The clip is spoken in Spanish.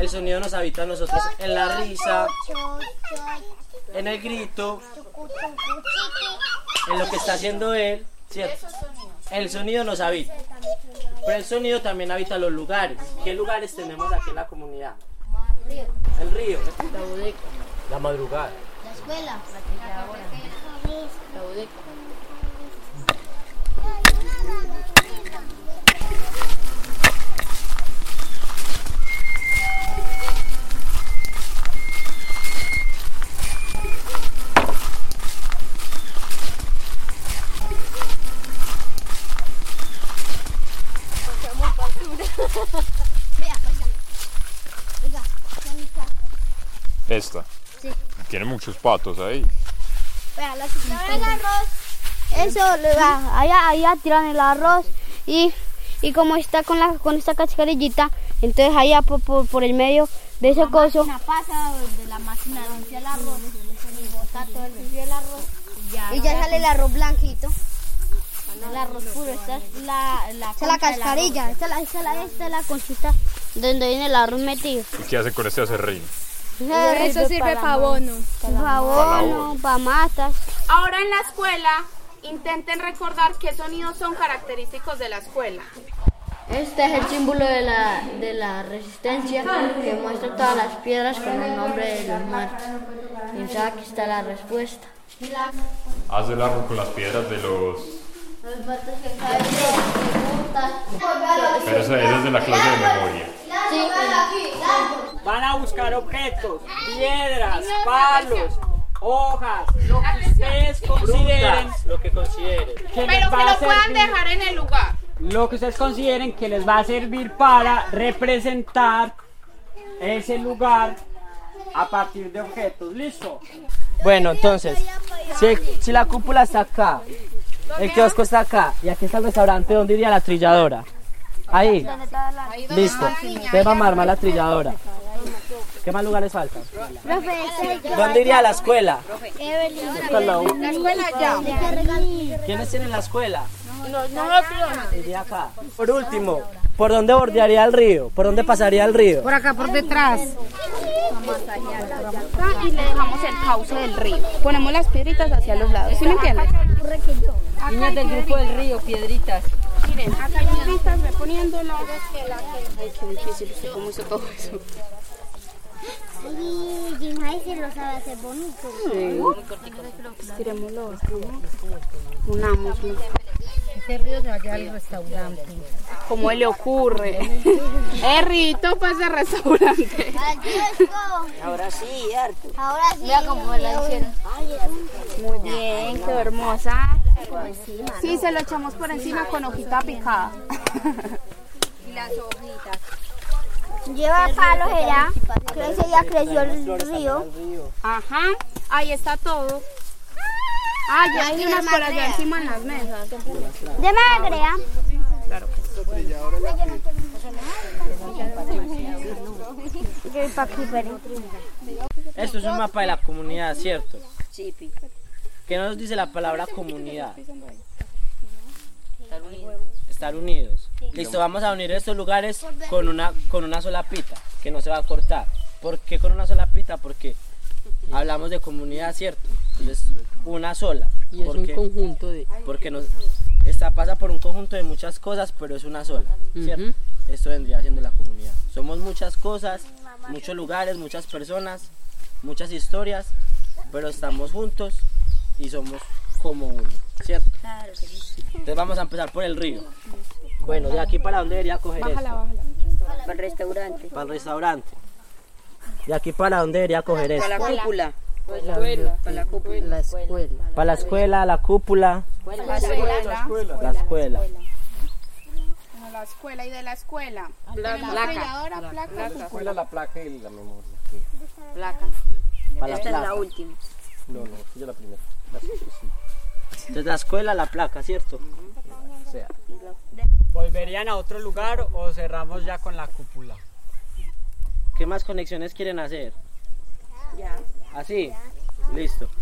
El sonido nos habita a nosotros en la risa, en el grito, en lo que está haciendo él, ¿cierto? El sonido nos habita. Pero el sonido también habita los lugares. ¿Qué lugares tenemos aquí en la comunidad? El río, La bodega, la madrugada, La escuela. la bodega. Vea, oiga. Oiga, aquí en mi casa. Esta. Sí. Tiene muchos patos ahí. Vea, la que tiraron el arroz. Eso, le va. Allá, allá tiran el arroz. Y, y como está con, la, con esta cascarillita, entonces allá por, por, por el medio de ese coso. pasa de la máquina limpia el arroz y bota todo el sucio del arroz y ya, Y ya sale el arroz blanquito. el arroz puro. Esta es la, la Esa es concha la del arroz. cascarilla. Esta es la, esta es la, esta es la conchita donde viene el arroz metido. ¿Y qué hacen con este acerrín? Eso sirve para abono. Por favor, para matas. Ahora en la escuela, intenten recordar qué sonidos son característicos de la escuela. Este es el símbolo de la, de la resistencia que muestra todas las piedras con el nombre de los muertos. Y aquí está la respuesta. Haz el árbol con las piedras de los... Los muertos que caen de preguntas. Pero esa, esa es de la clase de memoria. Van a buscar objetos, piedras, palos, hojas, lo que ustedes consideren, lo que consideren, que les Pero que va a lo puedan servir, dejar en el lugar. lo que ustedes consideren que les va a servir para representar ese lugar a partir de objetos, listo. Bueno, entonces, si, si la cúpula está acá, el kiosco está acá y aquí está el restaurante, ¿dónde iría la trilladora? Ahí. Listo. Usted va a armar la trilladora. ¿Qué más lugares faltan? ¿Dónde iría la escuela? La escuela ya. ¿Quiénes tienen la escuela? Iría acá. Por último, ¿por dónde bordearía el río? ¿Por dónde pasaría el río? Por acá, por detrás. Y le dejamos el cauce del río. Ponemos las piedritas hacia los lados. ¿Sí me entiendes? Niñas del grupo del río, piedritas. Miren, acá hay piedritas, ve poniéndolas. Ay, qué difícil, usted cómo hizo todo eso. lo sabe hacer bonito. Tiremoslo. Unámoslo. Este río se va a quedar el restaurante. ¿Cómo le ocurre? Eh, Rito, pasa al restaurante. Ahora sí, harto. Ahora sí. Vea cómo la hicieron. Muy bien, qué hermosa. Sí, se lo echamos por encima con hojita picada. Lleva palos allá. Crece ya creció el río. Ajá, ahí está todo. Ah, ya hay unas por allá encima en las mesas. De magrea. Esto es un mapa de la comunidad, ¿cierto? Sí, ¿Qué nos dice la palabra comunidad? Estar unidos. Listo, vamos a unir estos lugares con una, con una sola pita, que no se va a cortar. ¿Por qué con una sola pita? Porque hablamos de comunidad, ¿cierto? Entonces, una sola. Y es un porque- conjunto de. porque nos, esta pasa por un conjunto de muchas cosas, pero es una sola, ¿cierto? Esto vendría siendo la comunidad. Somos muchas cosas, muchos lugares, muchas personas, muchas historias, pero estamos juntos y somos como uno, ¿cierto? Entonces vamos a empezar por el río. Bueno, de aquí para dónde debería coger esto? Para el restaurante. Para el restaurante. De aquí para dónde debería coger esto? Para la cúpula. Para la cúpula. La escuela. Para la escuela, la cúpula, La escuela. la escuela. Bueno, la escuela y de la escuela. Tenemos trilladora, placa, cúpula. Placa. Para la Esta es placa. la última. Entonces la escuela, la placa, ¿cierto? ¿Volverían a otro lugar o cerramos ya con la cúpula? ¿Qué más conexiones quieren hacer? Ya. Así. ¿Ah, Listo.